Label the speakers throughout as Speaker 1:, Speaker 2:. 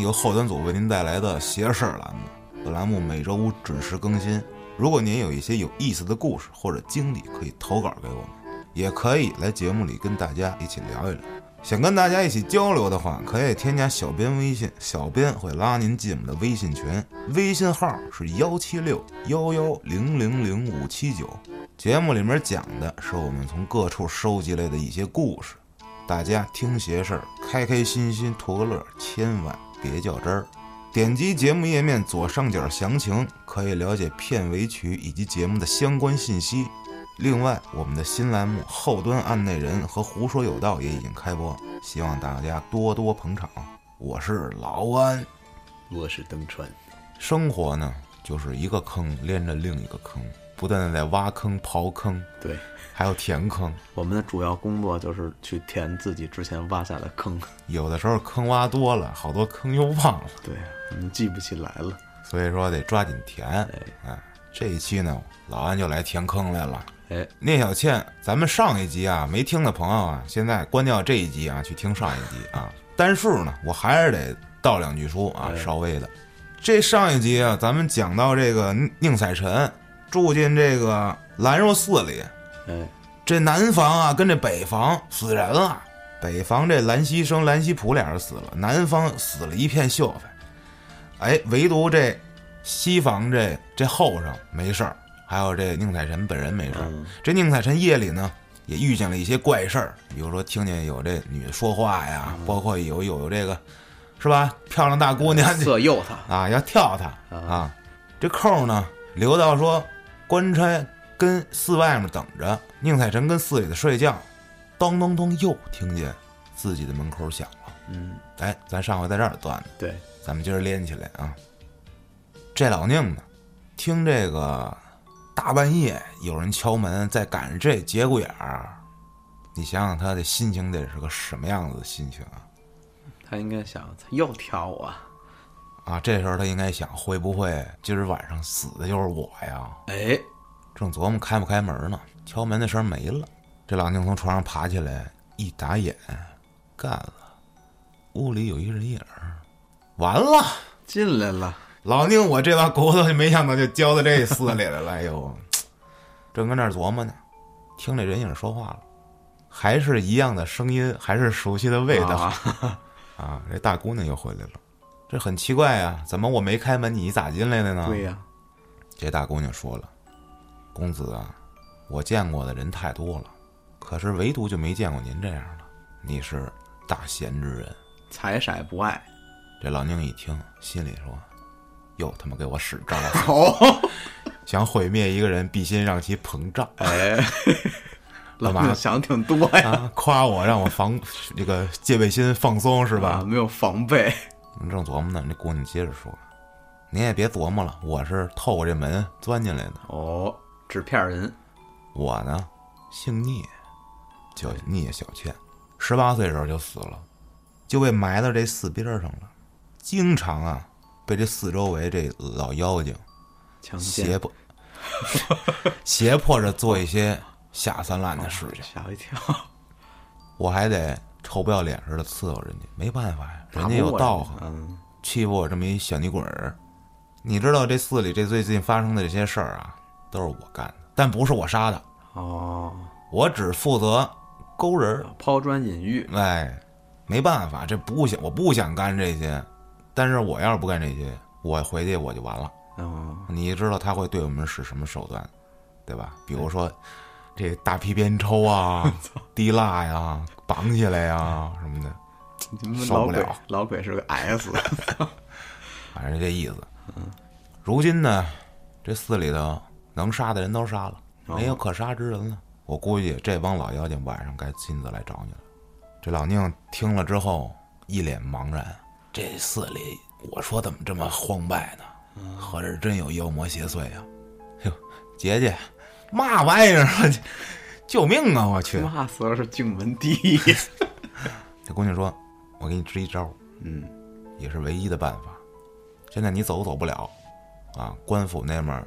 Speaker 1: 由后端组为您带来的“邪事儿”栏目。本栏目每周五准时更新。如果您有一些有意思的故事或者经历，可以投稿给我们，也可以来节目里跟大家一起聊一聊。想跟大家一起交流的话，可以添加小编微信，小编会拉您进我们的微信群，微信号是幺七六幺幺零零零五七九。节目里面讲的是我们从各处收集来的一些故事，大家听邪事儿，开开心心图个乐，千万别较真儿。点击节目页面左上角详情，可以了解片尾曲以及节目的相关信息。另外，我们的新栏目《后端案内人》和《胡说有道》也已经开播，希望大家多多捧场。我是老安，
Speaker 2: 我是登川。
Speaker 1: 生活呢，就是一个坑连着另一个坑，不断的在挖坑、刨坑，
Speaker 2: 对，
Speaker 1: 还有填坑。
Speaker 2: 我们的主要工作就是去填自己之前挖下的 坑。
Speaker 1: 有的时候坑挖多了，好多坑又忘了，
Speaker 2: 对，我们记不起来了。
Speaker 1: 所以说得抓紧填。哎，这一期呢，老安就来填坑来了。
Speaker 2: 哎，
Speaker 1: 聂小倩，咱们上一集啊没听的朋友啊，现在关掉这一集啊，去听上一集啊。但是呢，我还是得道两句书啊，
Speaker 2: 哎
Speaker 1: 稍微的。这上一集啊，咱们讲到这个宁宁采臣住进这个兰若寺里，
Speaker 2: 哎，
Speaker 1: 这南房啊跟这北房死人了，北房这兰溪生、兰溪普俩人死了，南方死了一片秀才，哎，唯独这西房这这后生没事儿，还有这宁采臣本人没事儿。
Speaker 2: 嗯
Speaker 1: 这宁采臣夜里呢，也遇见了一些怪事儿，比如说听见有这女的说话呀，包括有有这个，是吧？漂亮大姑娘
Speaker 2: 色诱他。
Speaker 1: 啊，要跳她啊。这扣呢留到说官差跟寺外面等着，宁采臣跟寺里的睡觉，咚咚咚又听见自己的门口响了。
Speaker 2: 嗯，
Speaker 1: 哎，咱上回在这儿断的。
Speaker 2: 对，
Speaker 1: 咱们今儿连起来啊。这老宁呢，听这个大半夜有人敲门，再赶上这节骨眼儿，你想想他的心情得是个什么样子的心情啊？
Speaker 2: 他应该想，他又挑我。
Speaker 1: 啊，这时候他应该想，会不会今儿晚上死的就是我呀？
Speaker 2: 哎，
Speaker 1: 正琢磨开不开门呢，敲门的声儿没了。这老宁从床上爬起来，一打眼，干了，屋里有一人影儿，完了。
Speaker 2: 进来了。
Speaker 1: 老宁，我这把骨头就没想到就交到这寺里来了，哎呦，正跟那儿琢磨呢，听这人影说话了，还是一样的声音，还是熟悉的味道啊
Speaker 2: 啊，
Speaker 1: 这大姑娘又回来了，这很奇怪啊，怎么我没开门，你咋进来的呢？
Speaker 2: 对呀、
Speaker 1: 这大姑娘说了：“公子啊，我见过的人太多了，可是唯独就没见过您这样的，你是大贤之人。”
Speaker 2: 财色不爱。
Speaker 1: 这老宁一听，心里说：“又他妈给我使招了！想毁灭一个人，必先让其膨胀
Speaker 2: 哎， 老
Speaker 1: 干嘛
Speaker 2: 宁想挺多呀，
Speaker 1: 啊！夸我让我防这个戒备心放松是
Speaker 2: 是
Speaker 1: 吧？
Speaker 2: 啊没有防备。
Speaker 1: 我们正琢磨呢，那姑娘接着说：‘您也别琢磨了，我是透过这门钻进来的。
Speaker 2: 哦，纸片人。
Speaker 1: 我呢，姓聂，叫聂小倩，十八岁时候就死了，就被埋到这寺边儿上了。经常啊，被这四周围这老妖精
Speaker 2: 强奸
Speaker 1: 胁迫，胁迫着做一些下三滥的事情，
Speaker 2: 吓我一 跳，
Speaker 1: 我还得臭不要脸似的伺候人家，没办法呀，人
Speaker 2: 打不
Speaker 1: 家
Speaker 2: 过
Speaker 1: 有道行，
Speaker 2: 嗯，
Speaker 1: 欺负我这么一小泥鬼儿。你知道这寺里这最近发生的这些事儿啊，都是我干的，但不是我杀的，
Speaker 2: 哦，
Speaker 1: 我只负责勾人儿。
Speaker 2: 抛砖引玉，
Speaker 1: 哎，没办法，这不想，我不想干这些，但是我要是不干这些，我回去我就完了。
Speaker 2: 嗯，
Speaker 1: 你知道他会对我们使什么手段，对吧？比如说，这大皮鞭抽啊，滴蜡呀、绑起来呀、什么的，
Speaker 2: 你们
Speaker 1: 受
Speaker 2: 老
Speaker 1: 不
Speaker 2: 鬼
Speaker 1: 了
Speaker 2: 老鬼是个 S，
Speaker 1: 反正就这意思。如今呢，这寺里头能杀的人都杀了，没有可杀之人了。我估计这帮老妖精晚上该亲自来找你了。这老宁听了之后一脸茫然，这寺里我说怎么这么荒败呢？合着真有妖魔邪祟啊！哟，姐姐，嘛玩意儿啊？救命啊！我去！
Speaker 2: 骂死了是净文 帝，
Speaker 1: 这姑娘说：“我给你支一招，
Speaker 2: 嗯，
Speaker 1: 也是唯一的办法。现在你走走不了，啊，官府那面儿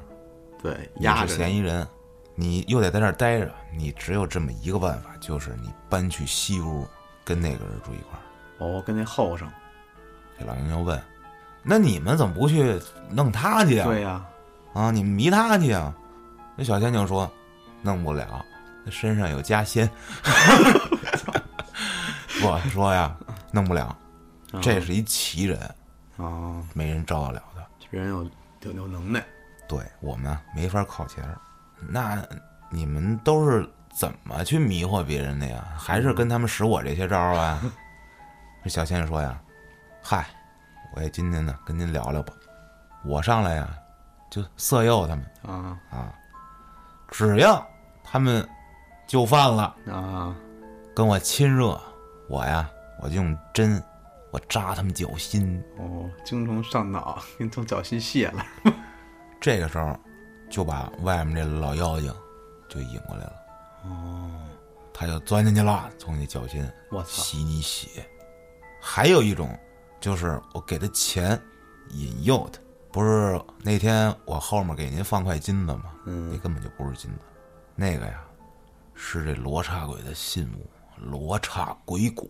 Speaker 2: 对，
Speaker 1: 你
Speaker 2: 压
Speaker 1: 是
Speaker 2: 着
Speaker 1: 嫌
Speaker 2: 你，
Speaker 1: 疑人，你又得在那儿待着，你只有这么一个办法，就是你搬去西屋跟那个人住一块儿。
Speaker 2: 哦，跟那后生，
Speaker 1: 这老宁又问那你们怎么不去弄他去啊？
Speaker 2: 对呀、
Speaker 1: 啊，你们迷他去啊？那小仙就说，弄不了，他身上有家仙。 我说呀，弄不了，
Speaker 2: 嗯
Speaker 1: 这是一哦奇人，
Speaker 2: 啊，
Speaker 1: 没人招得了的。
Speaker 2: 这人有有有能耐，
Speaker 1: 对我们啊没法靠前儿。那你们都是怎么去迷惑别人的呀？还是跟他们使我这些招儿啊？这小仙女说呀：“嗨，我也今天呢跟您聊聊吧。我上来呀就色诱他们，
Speaker 2: 啊
Speaker 1: 只要他们就范了，
Speaker 2: 啊
Speaker 1: 跟我亲热，我呀我就用针我扎他们脚心。
Speaker 2: 哦，精虫上脑， 给你从脚心卸了，
Speaker 1: 这个时候就把外面这老妖精就引过来了。”
Speaker 2: 哦，
Speaker 1: 他就钻进去了，从你脚心
Speaker 2: 我操，
Speaker 1: 洗你血。还有一种就是我给他钱引诱他，不是那天我后面给您放块金子吗？那
Speaker 2: 嗯
Speaker 1: 根本就不是金子，那个呀是这罗刹鬼的信物，罗刹鬼骨。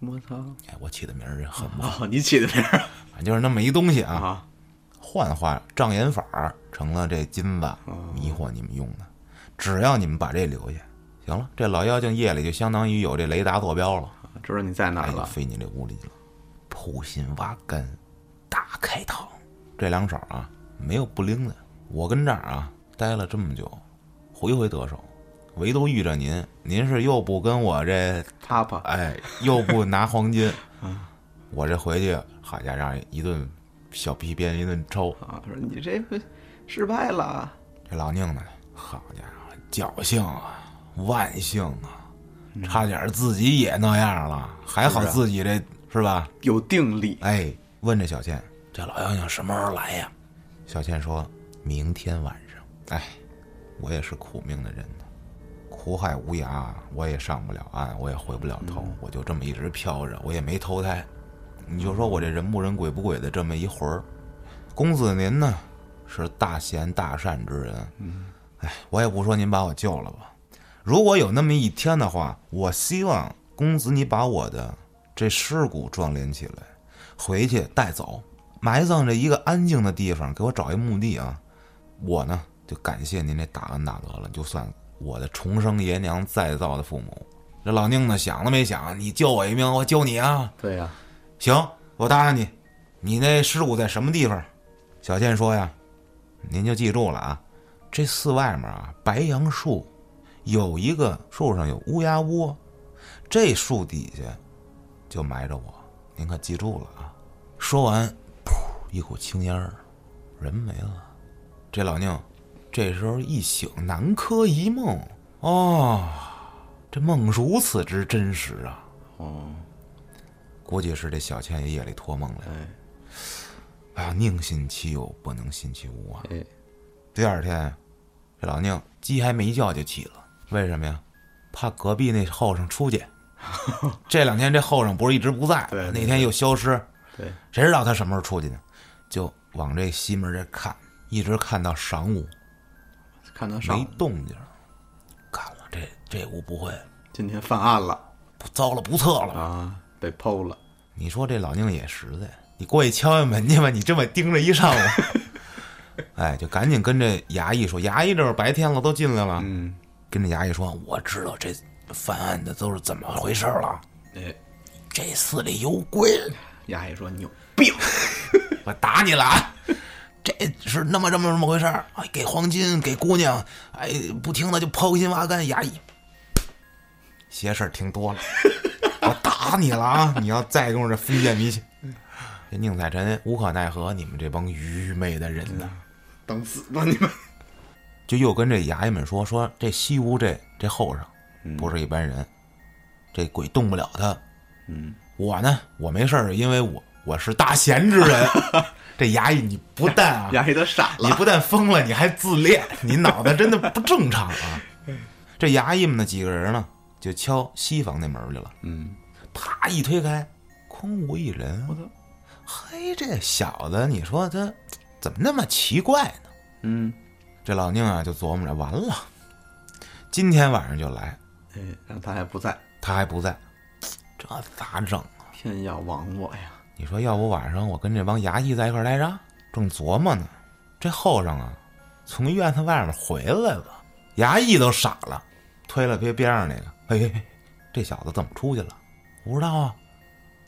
Speaker 2: 我操，
Speaker 1: 哎，我起的名儿也很不好，
Speaker 2: 哦，你起的名儿
Speaker 1: 反正就是那么一东西 啊。
Speaker 2: 啊，
Speaker 1: 幻化障眼法儿成了这金子迷惑你们用的，只要你们把这留下，行了，这老妖精夜里就相当于有这雷达坐标了。
Speaker 2: 知道你在哪
Speaker 1: 哎
Speaker 2: 儿
Speaker 1: 就
Speaker 2: 了，
Speaker 1: 飞你这屋里了。剖心挖肝，大开膛，这两手啊没有不灵的。我跟这儿啊待了这么久，回回得手，唯独遇着您，您是又不跟我这，
Speaker 2: 啪啪，
Speaker 1: 哎，又不拿黄金，我这回去好家伙，让一顿小皮鞭一顿抽。
Speaker 2: 啊，说你这不失败了，
Speaker 1: 这老宁呢，好家伙，侥幸啊，万幸啊，差点自己也那样了，还好
Speaker 2: 嗯是啊
Speaker 1: 自己这是吧？
Speaker 2: 有定力，
Speaker 1: 哎，问这小倩，这老妖精什么时候来呀？小倩说，明天晚上。哎，我也是苦命的人呢，苦海无涯，我也上不了岸，我也回不了头，我就这么一直飘着，我也没投胎。你就说我这人不人鬼不鬼的这么一魂儿，公子您呢是大贤大善之人，哎，我也不说您把我救了吧。如果有那么一天的话，我希望公子你把我的这尸骨装殓起来，回去带走，埋葬在一个安静的地方，给我找一墓地啊！我呢就感谢您这大恩大德了，就算我的重生爷娘再造的父母。这老宁呢想都没想，你救我一命，我救你啊！
Speaker 2: 对呀，
Speaker 1: 行，我答应你。你那尸骨在什么地方？小倩说呀，您就记住了啊，这寺外面啊，白杨树有一个树上有乌鸦窝，这树底下就埋着我，您可记住了啊。说完，噗，一股青烟儿，人没了。这老宁这时候一醒，南柯一梦哦，这梦如此之真实啊。
Speaker 2: 哦，
Speaker 1: 估计是这小倩也夜里托梦了。
Speaker 2: 哎
Speaker 1: 哎呀，宁信其有，不能信其无啊！
Speaker 2: 哎，
Speaker 1: 第二天，这老宁鸡还没叫就起了，为什么呀？怕隔壁那后生出 去。这两天这后生不是一直不在，
Speaker 2: 对对对
Speaker 1: 那天又消失，
Speaker 2: 对，
Speaker 1: 谁知道他什么时候出去呢？就往这西门这看，一直看到晌午，
Speaker 2: 看他上
Speaker 1: 没动静。干了，这这屋不会
Speaker 2: 今天犯案了
Speaker 1: 不糟了不测了吧？
Speaker 2: 啊，被剖了，
Speaker 1: 你说这老宁也实在，你过去敲敲门去吧，你这么盯着一上午，哎，就赶紧跟这衙役说，衙役这会儿白天了都进来了，
Speaker 2: 嗯，
Speaker 1: 跟这衙役说，我知道这犯案的都是怎么回事了，
Speaker 2: 哎，
Speaker 1: 这寺里有鬼，
Speaker 2: 衙役说你有病，
Speaker 1: 我打你了啊！这是那么这么这么回事儿哎，给黄金，给姑娘，哎，不停的就剖心挖肝，衙役，邪事儿听多了，我打你了啊！你要再跟我这封建迷信，这宁采臣无可奈何，你们这帮愚昧的人呐，
Speaker 2: 等死吧你 们，
Speaker 1: 就又跟这衙役们说说，这西屋这这后生不是一般人，这鬼动不了他。嗯，我呢，我没事儿，因为我我是大贤之人。这衙役你不但 啊，
Speaker 2: 衙役都傻
Speaker 1: 你
Speaker 2: 了，
Speaker 1: 不但疯了，你还自恋，你脑袋真的不正常啊！
Speaker 2: 嗯
Speaker 1: 这衙役们的几个人呢，就敲西房那门去了。
Speaker 2: 嗯，
Speaker 1: 啪一推开，空无一人。
Speaker 2: 我操，
Speaker 1: 嘿，这小子，你说他怎么那么奇怪呢？
Speaker 2: 嗯，
Speaker 1: 这老宁啊，就琢磨着，完了，今天晚上就来，
Speaker 2: 哎，然后他还不在，
Speaker 1: 他还不在，这咋整啊？
Speaker 2: 偏要亡我呀，
Speaker 1: 你说要不晚上我跟这帮衙役在一块儿待着？正琢磨呢，这后生啊，从院子外面回来了，衙役都傻了，推了推边上那个，哎，这小子怎么出去了？不知道啊，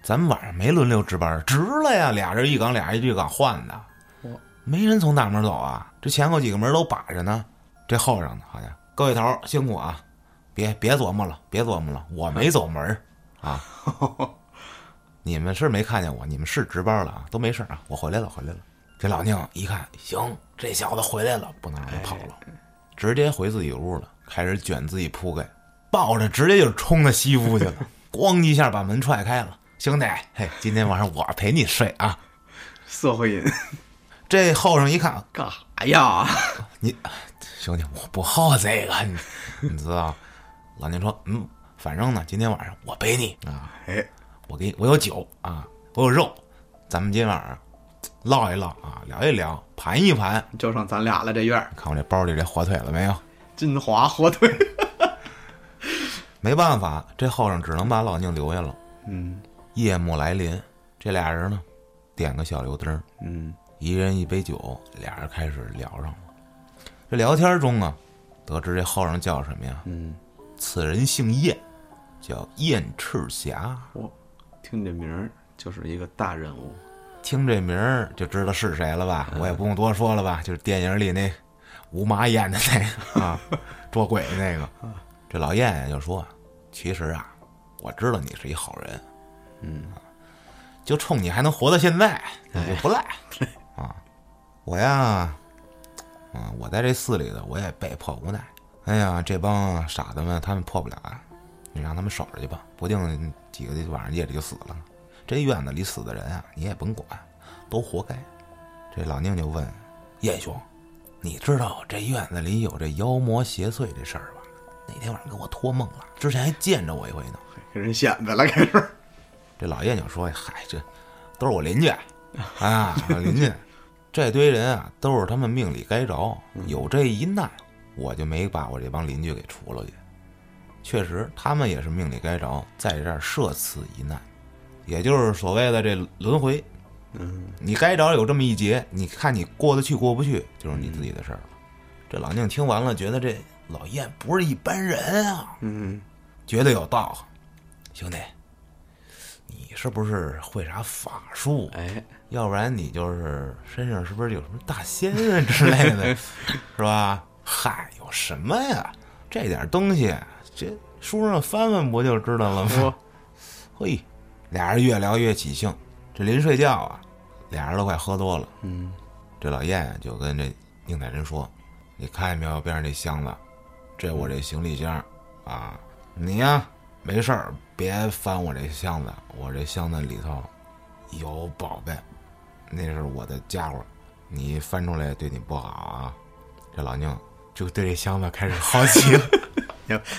Speaker 1: 咱们晚上没轮流值班，值了呀，俩人一岗，俩人一岗换的
Speaker 2: 哇，
Speaker 1: 没人从大门走啊，这前后几个门都把着呢。这后生呢，好像各位头儿辛苦啊，别别琢磨了，别琢磨了，我没走门儿啊。你们是没看见我，你们是值班了啊，都没事啊，我回来了，回来了。这老宁一看，行，这小子回来了，不能让他跑了，直接回自己屋了，开始卷自己铺盖，抱着直接就冲他西屋去了，咣一下把门踹开了。兄弟，嘿，今天晚上我陪你睡啊！
Speaker 2: 社会瘾，
Speaker 1: 这后生一看，
Speaker 2: 干啥呀？
Speaker 1: 你兄弟，我不好这个，你你知道？老宁说，嗯，反正呢，今天晚上我陪你啊，
Speaker 2: 哎，
Speaker 1: 我给你，我有酒啊，我有肉，咱们今晚上唠一唠啊，聊一聊，盘一盘。
Speaker 2: 就剩咱俩了，这院儿
Speaker 1: 看我这包里这火腿了没有？
Speaker 2: 金华火腿。
Speaker 1: 没办法，这后生只能把老宁留下了。
Speaker 2: 嗯
Speaker 1: 夜幕来临，这俩人呢，点个小油灯儿，
Speaker 2: 嗯，
Speaker 1: 一人一杯酒，俩人开始聊上了。这聊天中啊，得知这后人叫什么呀？
Speaker 2: 嗯，
Speaker 1: 此人姓燕，叫燕赤霞。
Speaker 2: 我听这名儿就是一个大人物，
Speaker 1: 听这名儿就知道是谁了吧？我也不用多说了吧，就是电影里那吴妈演的那个啊， 捉鬼的那个。这老燕燕就说：“其实啊，我知道你是一好人，嗯，哎就冲你还能活到现在，你就 不赖啊。我呀，啊，我在这寺里头，我也被迫无奈。哎呀，这帮傻子们，他们破不了案，你让他们守着去吧，不定几个晚上夜里就死了呢。”这院子里死的人啊，你也甭管，都活该。这老宁就问燕兄：“你知道这院子里有这妖魔邪祟这事儿吧？哪天晚上给我托梦了，之前还见着我一回呢。
Speaker 2: 给人显摆了，开始。”
Speaker 1: 这老燕就说：“哎嗨，这都是我邻居啊，我邻居，这堆人啊，都是他们命里该着，有这一难，我就没把我这帮邻居给除了去。确实，他们也是命里该着，在这儿设此一难，也就是所谓的这轮回。
Speaker 2: 嗯，
Speaker 1: 你该着有这么一劫，你看你过得去过不去，就是你自己的事儿了。这老宁听完了，觉得这老燕不是一般人啊，
Speaker 2: 嗯，
Speaker 1: 觉得有道行。兄弟，你是不是会啥法术？
Speaker 2: 哎，
Speaker 1: 要不然你就是身上是不是有什么大仙啊之类 的，是吧？嗨，有什么呀？这点东西，这书上翻翻不就知道了吗？
Speaker 2: 我
Speaker 1: 嘿，俩人越聊越起兴，这临睡觉啊，俩人都快喝多了。
Speaker 2: 嗯，
Speaker 1: 这老燕啊就跟这宁采臣说：“你看见没有边上这箱子？这我这行李箱啊，你呀没事儿别翻我这箱子，我这箱子里头有宝贝，那是我的家伙，你翻出来对你不好啊。”这老宁就对这箱子开始好奇了，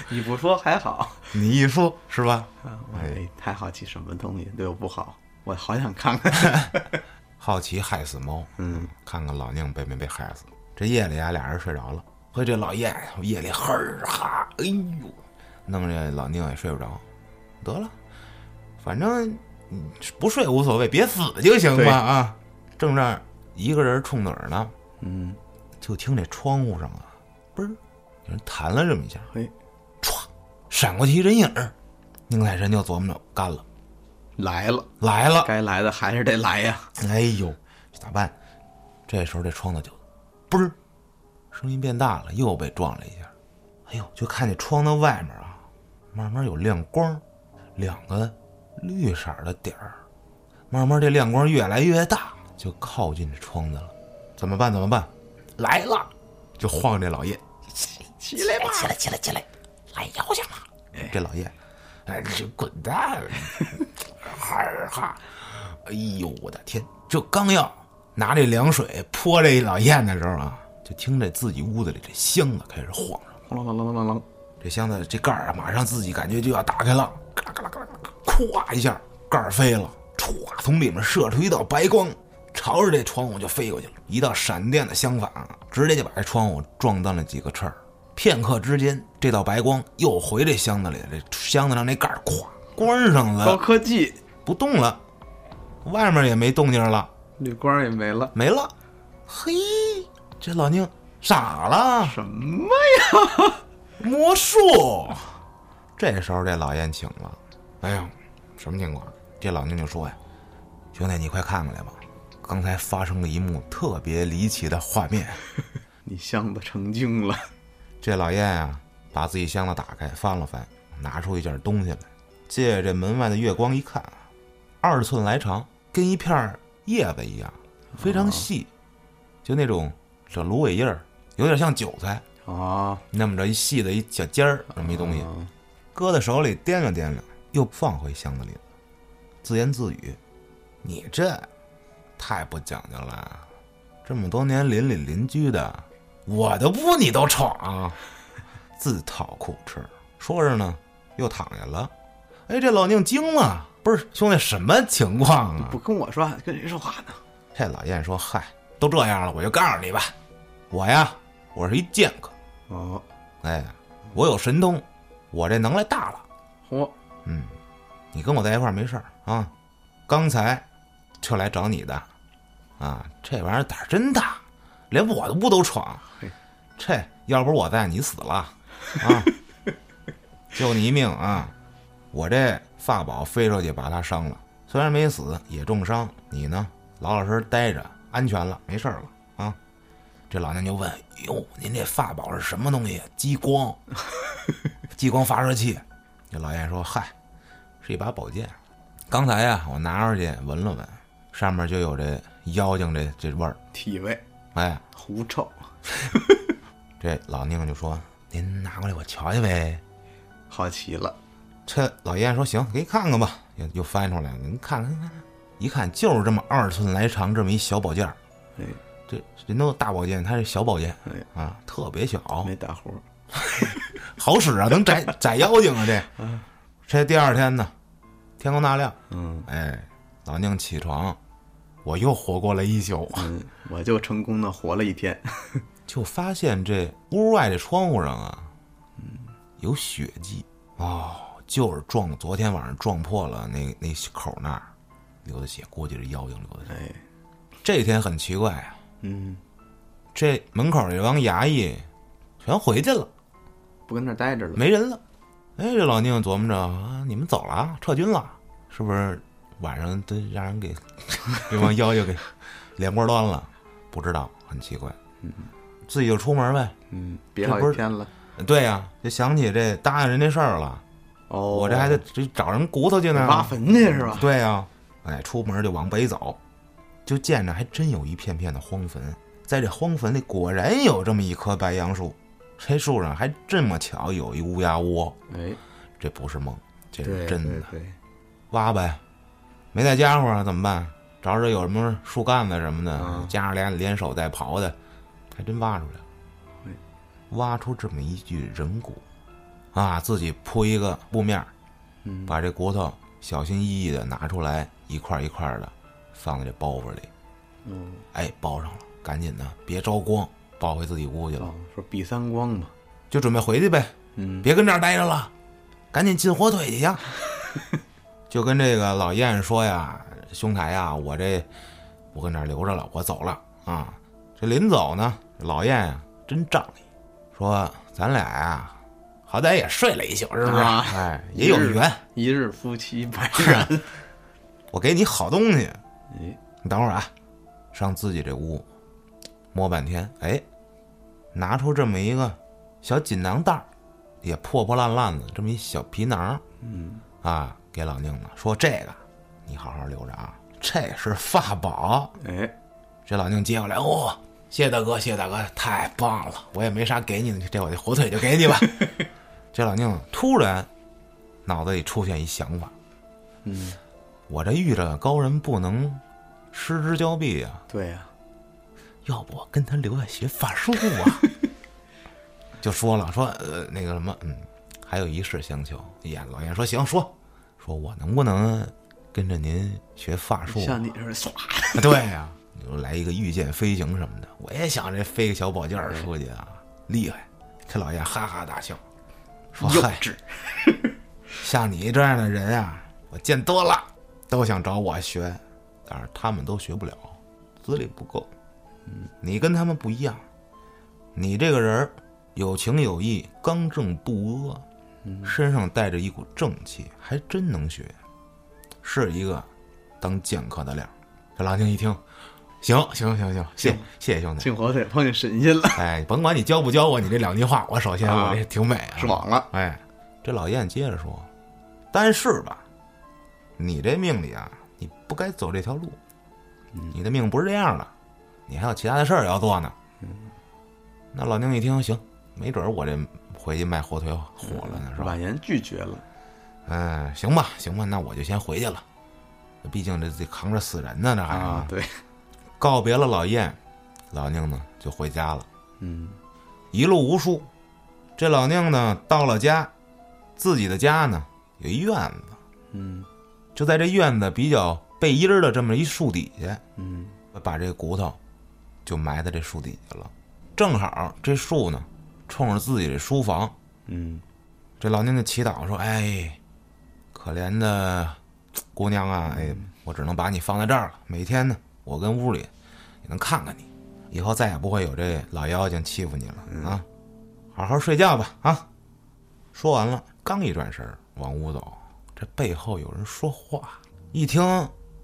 Speaker 2: 你不说还好，
Speaker 1: 你一说是吧？
Speaker 2: 啊我哎，太好奇什么东西对我不好，我好想看看。
Speaker 1: 好奇害死猫，
Speaker 2: 嗯，
Speaker 1: 看看老宁被没被害死。这夜里啊，俩人睡着了，嘿，这老燕夜里呵儿哈，哎呦，弄这老宁也睡不着。得了，反正嗯不睡无所谓，别死就行
Speaker 2: 对
Speaker 1: 嘛啊！正这儿一个人冲盹儿呢，
Speaker 2: 嗯，
Speaker 1: 就听这窗户上啊，嘣儿有人弹了这么一下，
Speaker 2: 嘿，
Speaker 1: 歘，闪过去一人影儿。宁采臣就琢磨着干了，
Speaker 2: 来了，
Speaker 1: 来了。
Speaker 2: 该来的还是得来呀。
Speaker 1: 哎呦，这咋办？这时候这窗子就嘣儿，声音变大了，又被撞了一下。哎呦，就看见窗子外面啊，慢慢有亮光，两个绿色的点儿，慢慢这亮光越来越大，就靠近这窗子了。怎么办？怎么办？来了，就晃这老叶。
Speaker 2: 起来吧，
Speaker 1: 起来，起来，起来，来妖精了！这老爷，哎，这滚蛋！ 哈哈，哎呦，我的天！这刚要拿这凉水泼这老燕的时候啊，就听这自己屋子里这箱子开始晃上了，
Speaker 2: 轰隆隆隆隆隆，
Speaker 1: 这箱子这盖儿啊，马上自己感觉就要打开了，嘎啦嘎啦嘎啦嘎啦，咵一下盖儿飞了，歘，从里面射出一道白光，朝着这窗户就飞过去了，一道闪电的相反啊，直接就把这窗户撞断了几个翅儿。片刻之间，这道白光又回这
Speaker 2: 呃哦
Speaker 1: 箱子里了，这箱子上那盖儿咵关上了
Speaker 2: 高，科技，
Speaker 1: 不动了。外面也没动静了，
Speaker 2: 绿光也没了，
Speaker 1: 没了。嘿，这老宁傻了，
Speaker 2: 什么
Speaker 1: 魔术。这时候这老燕请了，哎呦，什么情况？这老宁就说呀：“兄弟，你快看看来吧，刚才发生了一幕特别离奇的画面。”
Speaker 2: 你箱子成精了，
Speaker 1: 这老燕啊，把自己箱子打开，翻了翻，拿出一件东西来，借这门外的月光一看啊，二寸来长，跟一片儿叶子一样，非常细，就那种小芦苇叶儿，有点像韭菜，
Speaker 2: 啊，
Speaker 1: 那么着一细的一小尖儿，这么一东西，
Speaker 2: 嗯
Speaker 1: 搁在手里掂量掂量，又放回箱子里了，自言自语：“你这太不讲究了，这么多年邻里邻居的，我的屋你都闯，啊 自讨苦吃。”说着呢，又躺下了。哎，这老宁惊了，不是兄弟什么情况啊？
Speaker 2: 不跟我说话，跟谁说话呢？
Speaker 1: 这老燕说：“嗨，都这样了，我就告诉你吧，我呀，我是一剑客，
Speaker 2: 哦，
Speaker 1: 哎，我有神通，我这能耐大了。”
Speaker 2: 嚯，
Speaker 1: 嗯，你跟我在一块儿没事儿啊。刚才就来找你的，啊，这玩意儿胆儿真大，连我的屋都闯
Speaker 2: 嘿。
Speaker 1: 这要不是我在，你死了啊！ 救你一命啊！我这法宝飞出去把他伤了，虽然没死也重伤。你呢，老老实实待着，安全了，没事儿了啊！这老娘就问：“哟，您这法宝是什么东西？激光，激光发射器？”这老燕说：“嗨，是一把宝剑。刚才呀、我拿出去闻了闻，上面就有这妖精这这味儿。
Speaker 2: 体味
Speaker 1: 哎，
Speaker 2: 狐臭，
Speaker 1: 这老宁就说：‘您拿过来我瞧瞧呗。’
Speaker 2: 好奇了，
Speaker 1: 这老燕说：‘行，给你看看吧。’又又翻出来了，您看看，看看，一看就是这么二寸来长这么一小宝剑儿。
Speaker 2: 哎，
Speaker 1: 这人都大宝剑，它是小宝剑
Speaker 2: 哎
Speaker 1: 啊，特别小，
Speaker 2: 没打呼，
Speaker 1: 好使啊，能斩斩妖精啊 这。这第二天呢，天光大亮，
Speaker 2: 嗯
Speaker 1: 哎，老宁起床，我又活过了一 宿，
Speaker 2: 嗯，我就成功的活了一天，
Speaker 1: 就发现这屋外这窗户上啊，有血迹哦，就是撞昨天晚上撞破了那那口那儿流的血，估计是妖精流的血。
Speaker 2: 哎，
Speaker 1: 这天很奇怪啊，
Speaker 2: 嗯，
Speaker 1: 这门口这帮衙役全回去了，
Speaker 2: 不跟那儿待着了，
Speaker 1: 没人了。哎，这老宁琢磨着啊，你们走了啊，撤军了，是不是？晚上都让人给 这帮妖精给连锅端了，不知道，很奇怪。自己就出门呗。
Speaker 2: 嗯，别
Speaker 1: 这
Speaker 2: 好
Speaker 1: 不是
Speaker 2: 一天了，
Speaker 1: 对呀、就想起这答应人这事儿了，
Speaker 2: 哦，
Speaker 1: 我这还得这找人骨头去呢。
Speaker 2: 挖坟去是吧？
Speaker 1: 对呀、哎，出门就往北走，就见着还真有一片片的荒坟，在这荒坟里果然有这么一棵白杨树，这树上还这么巧有一乌鸦窝，
Speaker 2: 哎，
Speaker 1: 这不是梦，这
Speaker 2: 对
Speaker 1: 是真的。
Speaker 2: 对对，
Speaker 1: 挖呗，没带家伙啊怎么办？找找有什么树干子什么的，
Speaker 2: 嗯
Speaker 1: 加上连连手带刨的，还真挖出来了
Speaker 2: 哎。
Speaker 1: 挖出这么一具人骨，啊，自己铺一个布面儿，
Speaker 2: 嗯
Speaker 1: 把这骨头小心翼翼的拿出来，一块儿一块的放在这包袱里，
Speaker 2: 嗯，
Speaker 1: 哎，包上了，赶紧的，别招光，抱回自己屋去了，
Speaker 2: 哦，说避三光嘛，
Speaker 1: 就准备回去呗。
Speaker 2: 嗯，
Speaker 1: 别跟这儿待着了，赶紧进火腿去 呀！就跟这个老燕说呀，兄台呀，我这不跟这儿留着了，我走了啊。这临走呢，这老燕呀真仗义，说咱俩呀，好歹也睡了一宿，是不是？
Speaker 2: 啊
Speaker 1: 哎，也有缘，
Speaker 2: 一日夫妻百日恩，
Speaker 1: 我给你好东西，
Speaker 2: 哎，
Speaker 1: 你等会儿啊，上自己这屋摸半天，哎，拿出这么一个小锦囊袋儿，也破破烂烂的这么一小皮囊，
Speaker 2: 嗯，
Speaker 1: 啊，给老宁了，说这个你好好留着啊，这是法宝。
Speaker 2: 哎，
Speaker 1: 这老宁接过来，哦，谢谢大哥，谢谢大哥，太棒了，我也没啥给你的，这我这火腿就给你吧。这老宁突然脑子里出现一想法，
Speaker 2: 嗯，
Speaker 1: 我这遇着高人不能失之交臂啊，
Speaker 2: 对呀，
Speaker 1: 要不我跟他留下学法术啊？ 就说了，说呃那个什么，嗯，还有一事相求。哎呀，老燕说行，说说我能不能跟着您学法术啊？
Speaker 2: 像你似的，唰，
Speaker 1: 对呀、你说来一个御剑飞行什么的，我也想这飞个小宝剑儿出去啊，厉害！这老燕哈哈大笑，说
Speaker 2: 幼
Speaker 1: 嗨，
Speaker 2: 稚，
Speaker 1: 像你这样的人啊，我见多了，都想找我学。但是他们都学不了，资历不够。你跟他们不一样，你这个人儿有情有义，刚正不阿，身上带着一股正气，还真能学，是一个当剑客的料儿。这郎静一听，行行行行，谢谢谢兄弟。
Speaker 2: 进火腿碰见神仙了，
Speaker 1: 哎，甭管你教不教我，你这两句话，我首先
Speaker 2: 啊
Speaker 1: 我这挺美、啊，
Speaker 2: 爽了。
Speaker 1: 哎，这老燕接着说：“但是吧，你这命里啊，你不该走这条路，你的命不是这样的，你还有其他的事儿要做呢。”那老宁一听，行，没准儿我这回去卖火腿火了呢，是吧？
Speaker 2: 婉言拒绝了，
Speaker 1: 嗯，行吧，行吧，那我就先回去了，毕竟这得扛着死人呢，这还是、
Speaker 2: 啊，对，
Speaker 1: 告别了老燕，老宁呢就回家了。
Speaker 2: 嗯，
Speaker 1: 一路无书。这老宁呢，到了家，自己的家呢有一院子，
Speaker 2: 嗯，
Speaker 1: 就在这院子比较背阴儿的这么一树底下，
Speaker 2: 嗯，
Speaker 1: 把这骨头就埋在这树底下了。正好这树呢，冲着自己这书房，
Speaker 2: 嗯，
Speaker 1: 这老宁就祈祷说：“哎，可怜的姑娘啊，哎，我只能把你放在这儿了。每天呢，我跟屋里也能看看你，以后再也不会有这老妖精欺负你了啊！好好睡觉吧啊！”说完了，刚一转身儿往屋走，这背后有人说话，一听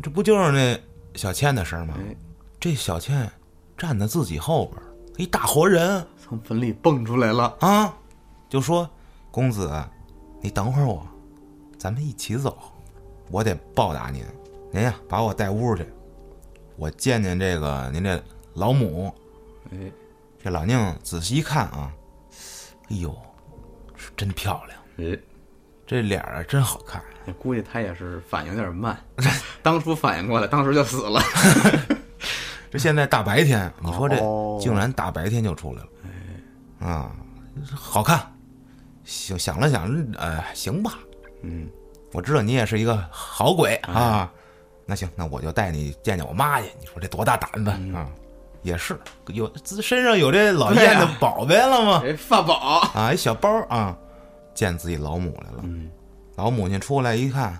Speaker 1: 这不就是那小倩的声儿吗？
Speaker 2: 哎，
Speaker 1: 这小倩站在自己后边儿，一大活人。
Speaker 2: 从坟里蹦出来了，
Speaker 1: 啊，就说公子，啊你等会儿我，咱们一起走，我得报答您。您呀，把我带屋去，我见见这个您这老母。
Speaker 2: 哎，
Speaker 1: 这老宁仔细一看啊，哎呦，是真漂亮，
Speaker 2: 哎，
Speaker 1: 这脸儿啊真好看。
Speaker 2: 我哎估计他也是反应有 点慢，当初反应过来，当时就死了。
Speaker 1: 这现在大白天，你说这
Speaker 2: 哦哎
Speaker 1: 竟然大白天就出来了，啊，好看。想想了想，呃，行吧，
Speaker 2: 嗯，哎
Speaker 1: 我知道你也是一个好鬼啊，那行，那我就带你见见我妈去。你说这多大胆子啊！也是有自身上有这老燕的
Speaker 2: 嗯对啊
Speaker 1: 宝贝了吗？
Speaker 2: 哎，法 宝，
Speaker 1: 啊，一小包啊，见自己老母来了。
Speaker 2: 嗯
Speaker 1: 老母亲出来一看，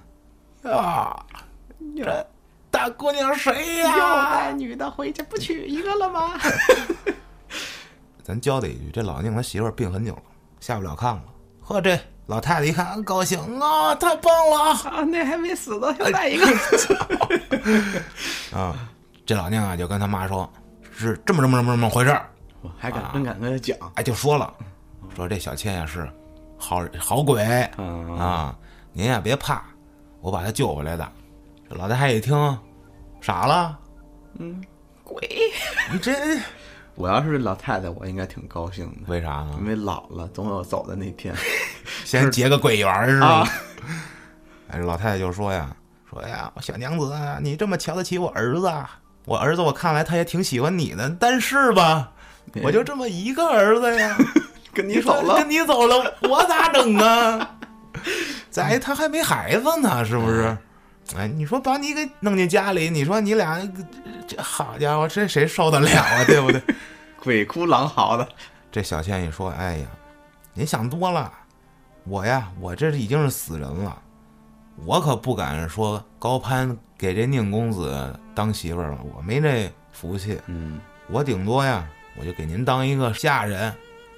Speaker 1: 呀，这大姑娘谁呀？
Speaker 2: 女的回去不娶一个了吗？
Speaker 1: 咱交代一句，这老宁他媳妇儿病很久了，下不了炕了。呵，这老太太一看，高兴啊，太棒了啊！
Speaker 2: 啊，那还没死呢，又来一个。
Speaker 1: 啊，这老宁啊就跟他妈说，是这么这么这么这么回事儿。
Speaker 2: 我还
Speaker 1: 啊
Speaker 2: 敢真敢跟他讲，
Speaker 1: 哎，就说了，说这小倩呀是好好鬼
Speaker 2: 嗯
Speaker 1: 啊，您呀别怕，我把她救回来的。这老太太一听，傻了，
Speaker 2: 嗯鬼！
Speaker 1: 你 这
Speaker 2: 我要是老太太，我应该挺高兴的，
Speaker 1: 为啥呢
Speaker 2: 因？为老了总有走的那天
Speaker 1: 先结个鬼缘儿是
Speaker 2: 啊
Speaker 1: 吧？。哎，老太太就说呀，说呀，小娘子啊，你这么瞧得起我儿子啊，我儿子我看来他也挺喜欢你的，但是吧，我就这么一个儿子呀。
Speaker 2: 跟 你
Speaker 1: 你
Speaker 2: 走了
Speaker 1: 跟，你走了，我咋整啊？ 再他还没孩子呢，是不是？哎，你说把你给弄进家里，你说你俩这好家伙，这谁受得了啊？对不对？
Speaker 2: 鬼哭狼嚎的，
Speaker 1: 这小倩一说，哎呀，您想多了，我呀，我这已经是死人了，我可不敢说高攀给这宁公子当媳妇儿了，我没这福气，
Speaker 2: 嗯，
Speaker 1: 我顶多呀，我就给您当一个下人，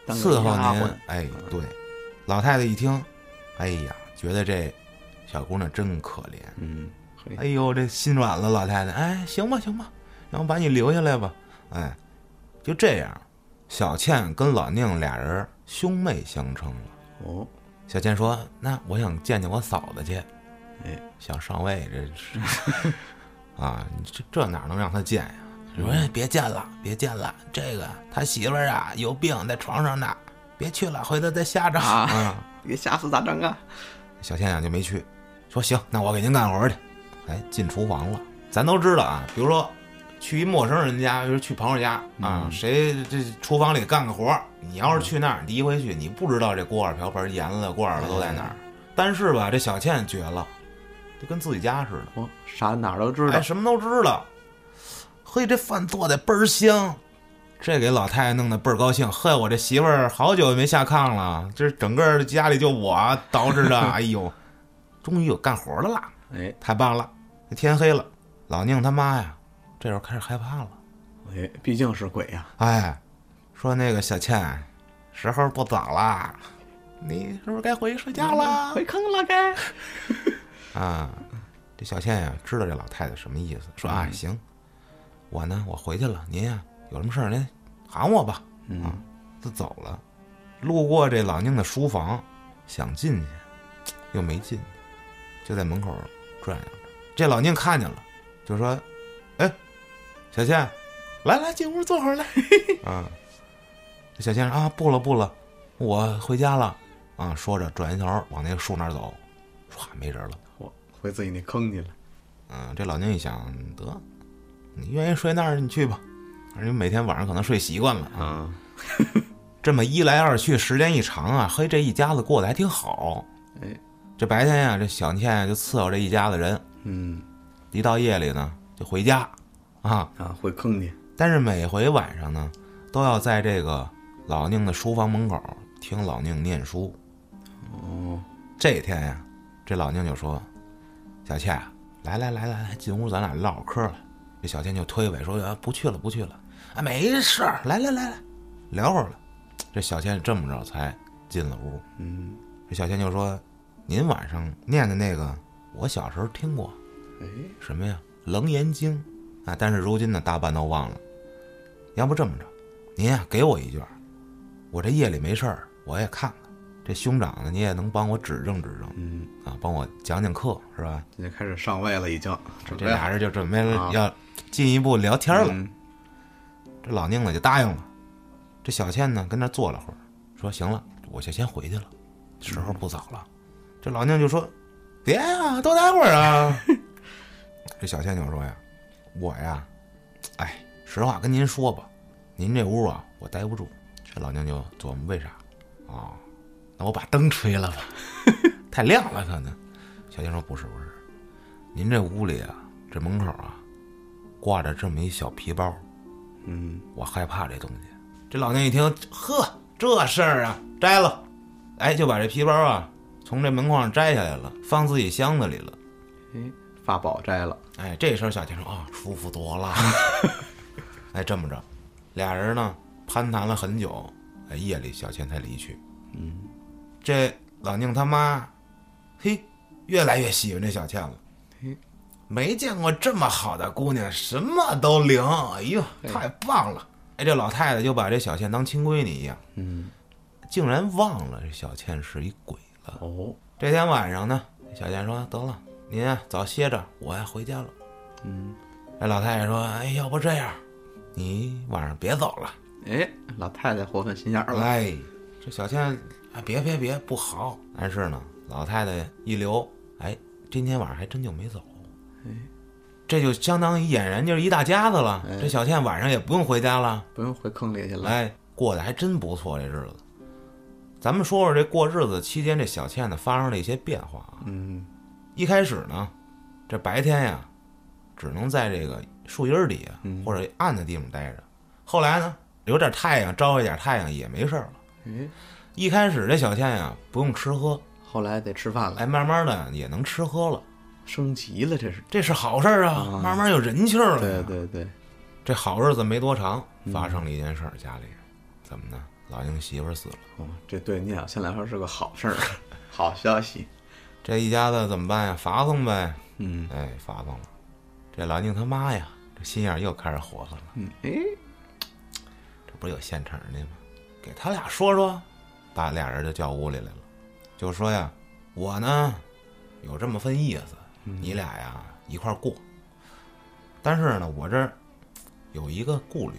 Speaker 2: 当
Speaker 1: 伺
Speaker 2: 个
Speaker 1: 候
Speaker 2: 丫
Speaker 1: 您
Speaker 2: 鬟。
Speaker 1: 哎，对，老太太一听，哎呀，觉得这小姑娘真可怜，
Speaker 2: 嗯，嘿
Speaker 1: 哎呦，这心软了。老太太，哎，行吧，行吧，然后把你留下来吧。哎，就这样，小倩跟老宁俩人兄妹相称了。
Speaker 2: 哦，
Speaker 1: 小倩说：“那我想见见我嫂子去。”
Speaker 2: 哎，
Speaker 1: 想上位这是 啊，你这这哪能让他见呀？你说哎别见了，别见了，这个他媳妇儿啊有病，在床上呢，别去了，回头再下着
Speaker 2: 啊
Speaker 1: 嗯
Speaker 2: 别吓死咋整啊？
Speaker 1: 小倩呀就没去，说行，那我给您干活去。哎，进厨房了，咱都知道啊，比如说去一陌生人家，比如去朋友家啊，谁这厨房里干个活儿，你要是去那儿，你第一回去，你不知道这锅碗瓢盆、盐了、罐儿了都在哪儿。但是吧，这小倩绝了，就跟自己家似的，
Speaker 2: 我哦啥哪儿都知道
Speaker 1: 哎，，什么都知道。嘿，这饭做的倍儿香，这给老太太弄得倍儿高兴。嘿，我这媳妇儿好久没下炕了，这整个家里就我 捯饬着，哎呦，终于有干活的啦，
Speaker 2: 哎，
Speaker 1: 太棒了！天黑了，老宁他妈呀，这时候开始害怕了。
Speaker 2: 哎，毕竟是鬼呀、
Speaker 1: 哎，说那个小倩，时候不早啦，你是不是该回去睡觉啦？
Speaker 2: 回坑了该。
Speaker 1: 啊，这小倩呀、知道这老太太什么意思，说啊、行，我呢我回去了，您呀、有什么事儿您喊我吧。
Speaker 2: 嗯
Speaker 1: 啊，就走了。路过这老宁的书房，想进去，又没进去，就在门口转悠着。这老宁看见了，就说：“哎，小倩，来来进屋坐会儿来。”啊，这小倩说：“啊，不了不了，我回家了。”啊，说着转一头往那个树那儿走，唰没人了。
Speaker 2: 我回自己那坑去了。
Speaker 1: 嗯，这老宁一想，得，你愿意睡那儿你去吧，而且每天晚上可能睡习惯了啊。
Speaker 2: 啊，
Speaker 1: 这么一来二去，时间一长啊，嘿，这一家子过得还挺好。
Speaker 2: 哎，
Speaker 1: 这白天呀、这小倩呀、就伺候这一家子人，
Speaker 2: 嗯
Speaker 1: 一到夜里呢就回家，啊，
Speaker 2: 啊，回坑去。
Speaker 1: 但是每回晚上呢，都要在这个老宁的书房门口听老宁念书。
Speaker 2: 哦，
Speaker 1: 这天呀、这老宁就说：“小倩啊，来来来来来，进屋咱俩唠会儿嗑来。”这小倩就推诿说：“啊，不去了，不去了，啊，没事儿，来来来来，聊会儿了。”这小倩这么着才进了屋。
Speaker 2: 嗯，
Speaker 1: 这小倩就说：“您晚上念的那个，我小时候听过
Speaker 2: 哎，
Speaker 1: 什么呀，《楞严经》啊，但是如今呢，大半都忘了。要不这么着，您呀、给我一卷儿，我这夜里没事儿，我也看看。这兄长呢，你也能帮我指正指正
Speaker 2: 嗯，
Speaker 1: 啊，帮我讲讲课是吧？
Speaker 2: 这就开始上位了，已经准
Speaker 1: 这
Speaker 2: 备好
Speaker 1: 俩人就准备了
Speaker 2: 啊
Speaker 1: 要进一步聊天了。
Speaker 2: 嗯
Speaker 1: 这老宁呢就答应了。这小倩呢跟那儿坐了会儿，说行了，我就先回去了，时候不早了。这老宁就说：“别呀、多待会儿啊。”这小倩就说呀：“我呀，哎，实话跟您说吧，您这屋啊我待不住。”这老宁就琢磨为啥？哦，那我把灯吹了吧，太亮了可能。小倩说：“不是不是，您这屋里啊，这门口啊，挂着这么一小皮包。”
Speaker 2: 嗯，
Speaker 1: 我害怕这东西。这老娘一听，呵，这事儿啊，摘了，哎，就把这皮包啊从这门框上摘下来了，放自己箱子里了。
Speaker 2: 哎，法宝摘了。
Speaker 1: 哎，这时候小倩说啊、舒服多 了。哎，这么着，俩人呢攀谈了很久，哎，夜里小倩才离去。
Speaker 2: 嗯，
Speaker 1: 这老宁他妈，嘿，越来越喜欢这小倩了
Speaker 2: 嘿。
Speaker 1: 没见过这么好的姑娘，什么都灵。哎呦，
Speaker 2: 嘿
Speaker 1: 太棒了！哎，这老太太就把这小倩当亲闺女一样，
Speaker 2: 嗯，
Speaker 1: 竟然忘了这小倩是一鬼了。
Speaker 2: 哦，
Speaker 1: 这天晚上呢，小倩说：“得了，您啊早歇着，我呀回家了。”
Speaker 2: 嗯，
Speaker 1: 这老太太说：“哎，要不这样，你晚上别走了。
Speaker 2: 哎，老太太活分心眼儿了。
Speaker 1: 哎，这小倩啊，别别别，不好。但是呢，老太太一留，哎，今天晚上还真就没走。
Speaker 2: 哎，
Speaker 1: 这就相当于俨然就是一大家子了。
Speaker 2: 哎
Speaker 1: 这小倩晚上也不用回家了，
Speaker 2: 不用回坑里去了。
Speaker 1: 哎，过得还真不错，这日子。咱们说说这过日子期间，这小倩呢发生了一些变化啊。
Speaker 2: 嗯，
Speaker 1: 一开始呢，这白天呀，只能在这个树荫儿底下、
Speaker 2: 嗯
Speaker 1: 或者暗的地方待着。后来呢，有点太阳，照一点太阳也没事儿了。
Speaker 2: 哎，
Speaker 1: 一开始这小倩呀，不用吃喝，
Speaker 2: 后来得吃饭了，
Speaker 1: 哎，慢慢的也能吃喝了，
Speaker 2: 升级了，这是。
Speaker 1: 这是好事儿啊，
Speaker 2: 啊
Speaker 1: 慢慢有人气儿了。
Speaker 2: 对，嗯对对，
Speaker 1: 这好日子没多长，发生了一件事儿，家里怎么呢？老宁媳妇儿死了，
Speaker 2: 哦，这对聂小倩来说是个好 事儿，好消息。
Speaker 1: 这一家子怎么办呀？罚送呗，
Speaker 2: 嗯
Speaker 1: 哎，罚送了。这老宁他妈呀，这心眼儿又开始活泛了。
Speaker 2: 嗯，哎，
Speaker 1: 这不是有现成的吗？给他俩说说，把俩人就叫屋里来了，就说呀，我呢有这么份意思，你俩呀一块儿过。但是呢，我这儿有一个顾虑，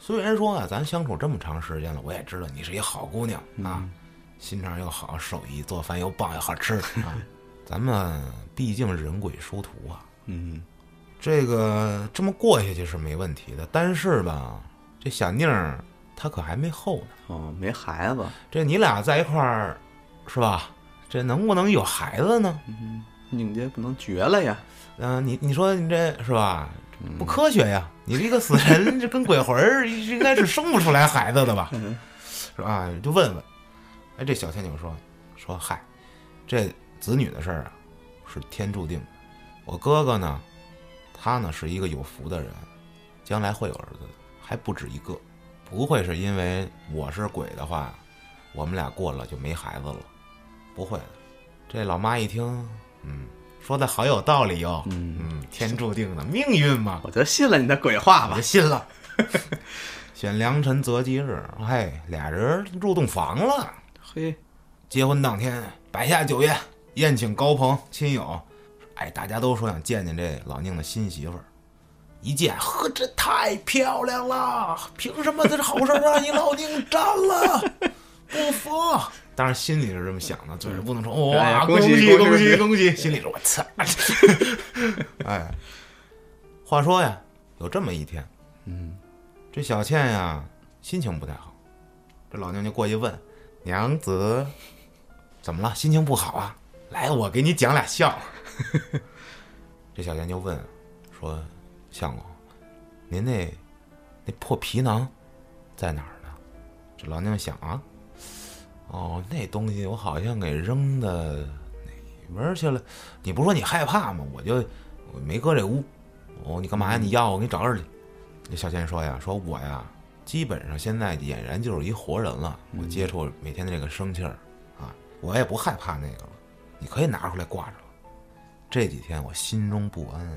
Speaker 1: 虽然说啊，咱相处这么长时间了，我也知道你是一好姑娘啊，心肠又好，手艺做饭又棒又好吃啊。咱们毕竟人鬼殊途啊，
Speaker 2: 嗯，
Speaker 1: 这个这么过下去是没问题的，但是吧，这小宁儿她可还没后呢。
Speaker 2: 哦，没孩子，
Speaker 1: 这你俩在一块儿，是吧？这能不能有孩子呢？
Speaker 2: 宁姐不能绝了呀。
Speaker 1: 嗯、你你说你这是吧？不科学呀！你这个死人， 这跟鬼魂儿应该是生不出来孩子的吧？是吧？就问问。哎，这小倩就说说嗨，这子女的事儿啊，是天注定的。我哥哥呢，他呢是一个有福的人，将来会有儿子的，还不止一个，不会是因为我是鬼的话，我们俩过了就没孩子了，不会的。这老妈一听，嗯，说的好有道理哦，
Speaker 2: 嗯哦
Speaker 1: 嗯，天注定的命运嘛，
Speaker 2: 我就信了你的鬼话
Speaker 1: 我
Speaker 2: 吧
Speaker 1: 就。信了。 选良辰择吉日，嘿，俩人入洞房了。
Speaker 2: 嘿，
Speaker 1: 结婚当天，摆下酒宴，宴请高朋亲友。哎，大家都说想见见这老宁的新媳妇儿。一见，呵，这太漂亮了！凭什么这好事儿让你老宁占了？ 不服！当然心里是这么想的，嘴上不能说
Speaker 2: 哎
Speaker 1: 哇，
Speaker 2: 呀
Speaker 1: 恭
Speaker 2: 恭喜
Speaker 1: 喜
Speaker 2: 恭
Speaker 1: 恭喜
Speaker 2: 喜
Speaker 1: 恭喜！心里说我操！ 哎，话说呀，有这么一天，
Speaker 2: 嗯，
Speaker 1: 这小倩呀心情不太好，这老宁就过去问娘子，怎么了？心情不好啊？来，我给你讲俩笑话。 这小倩就问说：“相公，您那那破皮囊在哪儿呢？”这老宁想啊，哦，那东西我好像给扔到哪边儿去了？你不是说你害怕吗？我就我没搁这屋。哦，你干嘛呀？你要我给你找人去。这小倩说呀，说我呀，基本上现在俨然就是一活人了。我接触每天的这个生气儿啊，我也不害怕那个了。你可以拿出来挂着了。这几天我心中不安，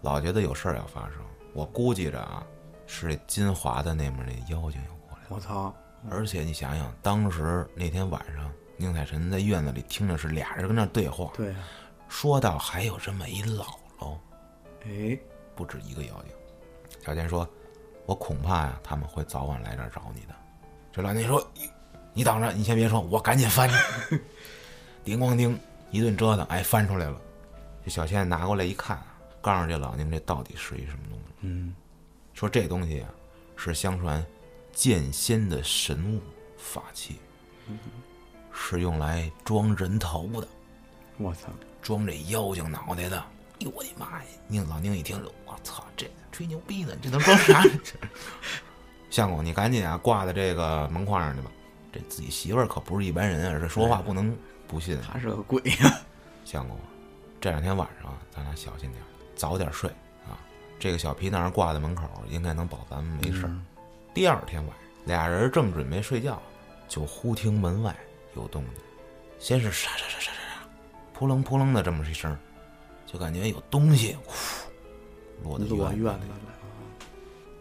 Speaker 1: 老觉得有事儿要发生。我估计着啊，是这金华的那边那妖精要过来。
Speaker 2: 我操，
Speaker 1: 而且你想想，当时那天晚上，宁采臣在院子里听着是俩人跟那儿对话，
Speaker 2: 对啊，
Speaker 1: 说到还有这么一姥姥，
Speaker 2: 哎，
Speaker 1: 不止一个妖精。小健说：“我恐怕呀、他们会早晚来这儿找你的。”这老聂说：“你你等着，你先别说，我赶紧翻去。” 叮咣叮，一顿折腾，哎，翻出来了。这小倩拿过来一看，告诉这老宁这到底是一什么东西。
Speaker 2: 嗯，
Speaker 1: 说这东西啊，是相传剑仙的神物法器，是用来装人头的，
Speaker 2: 我操，
Speaker 1: 装这妖精脑袋的。哎呦我的妈呀！宁老宁一听，我操，这吹牛逼呢，这能装啥？相公，你赶紧啊，挂在这个门框上去吧。这自己媳妇儿可不是一般人啊，这说话不能不信啊。
Speaker 2: 他是个鬼呀、
Speaker 1: 相公啊，这两天晚上啊咱俩小心点儿，早点睡啊。这个小皮囊挂在门口，应该能保咱们没事儿。
Speaker 2: 嗯
Speaker 1: 第二天晚上，俩人正准备睡觉，就忽听门外有动静，先是沙沙沙沙沙沙，扑棱扑棱的这么一声儿，就感觉有东西呼落在
Speaker 2: 落
Speaker 1: 院
Speaker 2: 院
Speaker 1: 子
Speaker 2: 子
Speaker 1: 里。
Speaker 2: 了，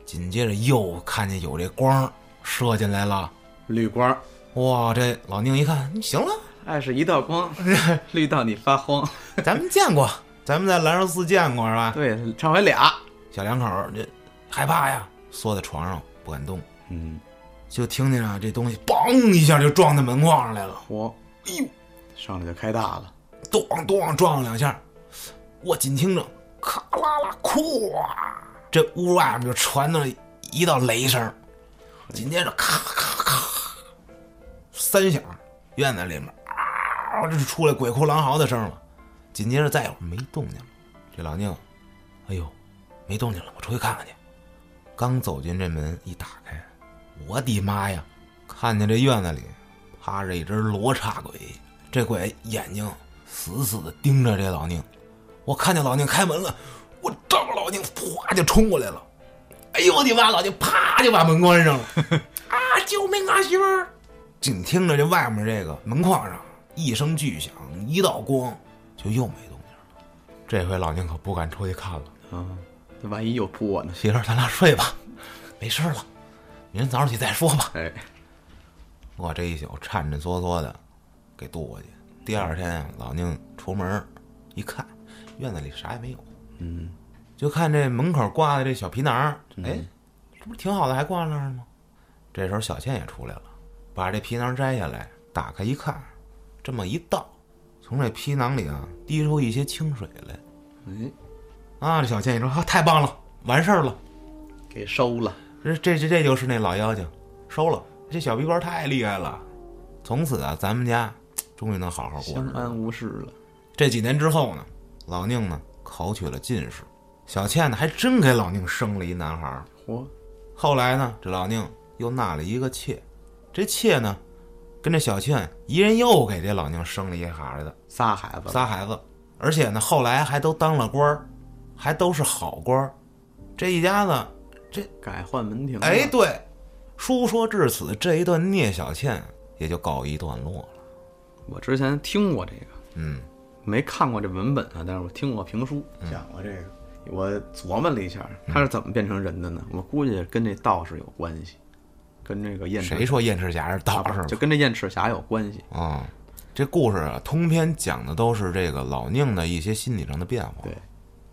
Speaker 1: 紧接着又看见有这光儿射进来了，
Speaker 2: 绿光，
Speaker 1: 哇！这老宁一看，行了，
Speaker 2: 爱是一道 光，绿到你发慌。
Speaker 1: 咱们见过，咱们在兰州寺见过是吧？
Speaker 2: 对，上回俩，
Speaker 1: 小两口儿这害怕呀，缩在床上不敢动，
Speaker 2: 嗯，
Speaker 1: 就听见啊这东西梆一下就撞在门框上来了，
Speaker 2: 嚯，
Speaker 1: 哎呦！
Speaker 2: 上来就开大了，
Speaker 1: 咚咚撞了两下，我紧听着，咔啦啦，咵，这屋外面就传到了一道雷声，紧接着咔咔咔三响，院子里面啊，这就出来鬼哭狼嚎的声了。紧接着再一会儿没动静了，这老宁，哎呦，没动静了，我出去看看去。刚走进这门，一打开，我的妈呀！看见这院子里趴着一只罗刹鬼，这鬼眼睛死死的盯着这老宁。我看见老宁开门了，我照着老宁哗就冲过来了。哎呦我的妈！老宁啪就把门关上了。啊！救命啊，媳妇儿！紧听着这外面这个门框上一声巨响，一道光，就又没动静了。这回老宁可不敢出去看了。
Speaker 2: 啊，这万一又扑我呢？
Speaker 1: 媳妇儿，咱俩睡吧，没事儿了，明儿早上起再说吧。
Speaker 2: 哎，
Speaker 1: 我这一宿颤颤嗦嗦的给度过去。第二天啊老宁出门儿一看，院子里啥也没有，
Speaker 2: 嗯，
Speaker 1: 就看这门口挂的这小皮囊儿，哎，这不是挺好的，还挂那儿呢吗？这时候小倩也出来了，把这皮囊摘下来，打开一看，这么一倒，从这皮囊里啊滴出一些清水来。
Speaker 2: 哎，
Speaker 1: 啊，这小倩一说，啊，太棒了，完事儿了。
Speaker 2: 给收了，
Speaker 1: 这这这这就是那老妖精，收了这小皮包太厉害了。从此啊，咱们家终于能好好过
Speaker 2: 相
Speaker 1: 日子。
Speaker 2: 安无事了。
Speaker 1: 这几年之后呢，老宁呢考取了进士，小倩呢还真给老宁生了一男孩儿。
Speaker 2: 嚯，
Speaker 1: 后来呢，这老宁又纳了一个妾，这妾呢跟这小倩一人又给这老宁生了一孩子，
Speaker 2: 仨孩子了，
Speaker 1: 仨孩子，而且呢后来还都当了官儿，还都是好官儿，这一家子
Speaker 2: 改换门庭了。
Speaker 1: 哎，对，书说至此，这一段聂小倩也就告一段落
Speaker 2: 嗯
Speaker 1: 了。
Speaker 2: 我之前听过这个，
Speaker 1: 嗯，
Speaker 2: 没看过这文本啊，但是我听过评书讲过这个。我琢磨了一下，他是怎么变成人的呢？我估计跟这道士有关系，跟这个燕赤
Speaker 1: 谁说燕赤霞是道士吗
Speaker 2: 就？跟这燕赤霞有关系。
Speaker 1: 啊、这故事啊，通篇讲的都是这个老宁的一些心理上的变化。
Speaker 2: 对，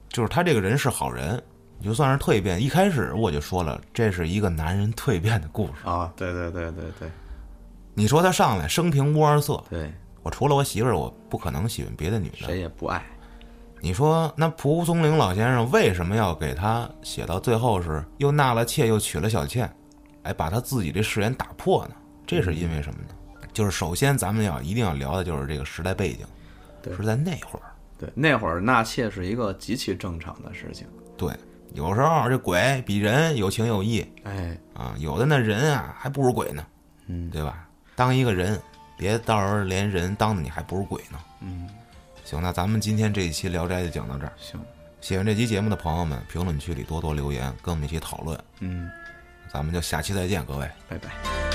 Speaker 1: 就是他这个人是好人，你就算是蜕变。一开始我就说了，这是一个男人蜕变的故事。
Speaker 2: 啊，对对对对对
Speaker 1: 你说他上来生平无二色，
Speaker 2: 对，
Speaker 1: 我除了我媳妇儿，我不可能喜欢别的女的。
Speaker 2: 谁也不爱。
Speaker 1: 你说那蒲松龄老先生为什么要给他写到最后是又纳了妾又娶了小妾，哎，把他自己这誓言打破呢？这是因为什么呢？就是首先咱们要一定要聊的就是这个时代背景，
Speaker 2: 对
Speaker 1: 是在那会儿，
Speaker 2: 对，那会儿纳妾是一个极其正常的事情。
Speaker 1: 对，有时候这鬼比人有情有义
Speaker 2: 哎，
Speaker 1: 啊，有的那人啊还不如鬼呢，
Speaker 2: 嗯，
Speaker 1: 对吧？当一个人，别到时候连人当的你还不如鬼呢。
Speaker 2: 嗯，
Speaker 1: 行，那咱们今天这一期《聊斋》就讲到这儿。
Speaker 2: 行，
Speaker 1: 喜欢这期节目的朋友们，评论区里多多留言，跟我们一起讨论。
Speaker 2: 嗯，
Speaker 1: 咱们就下期再见，各位。
Speaker 2: 拜拜。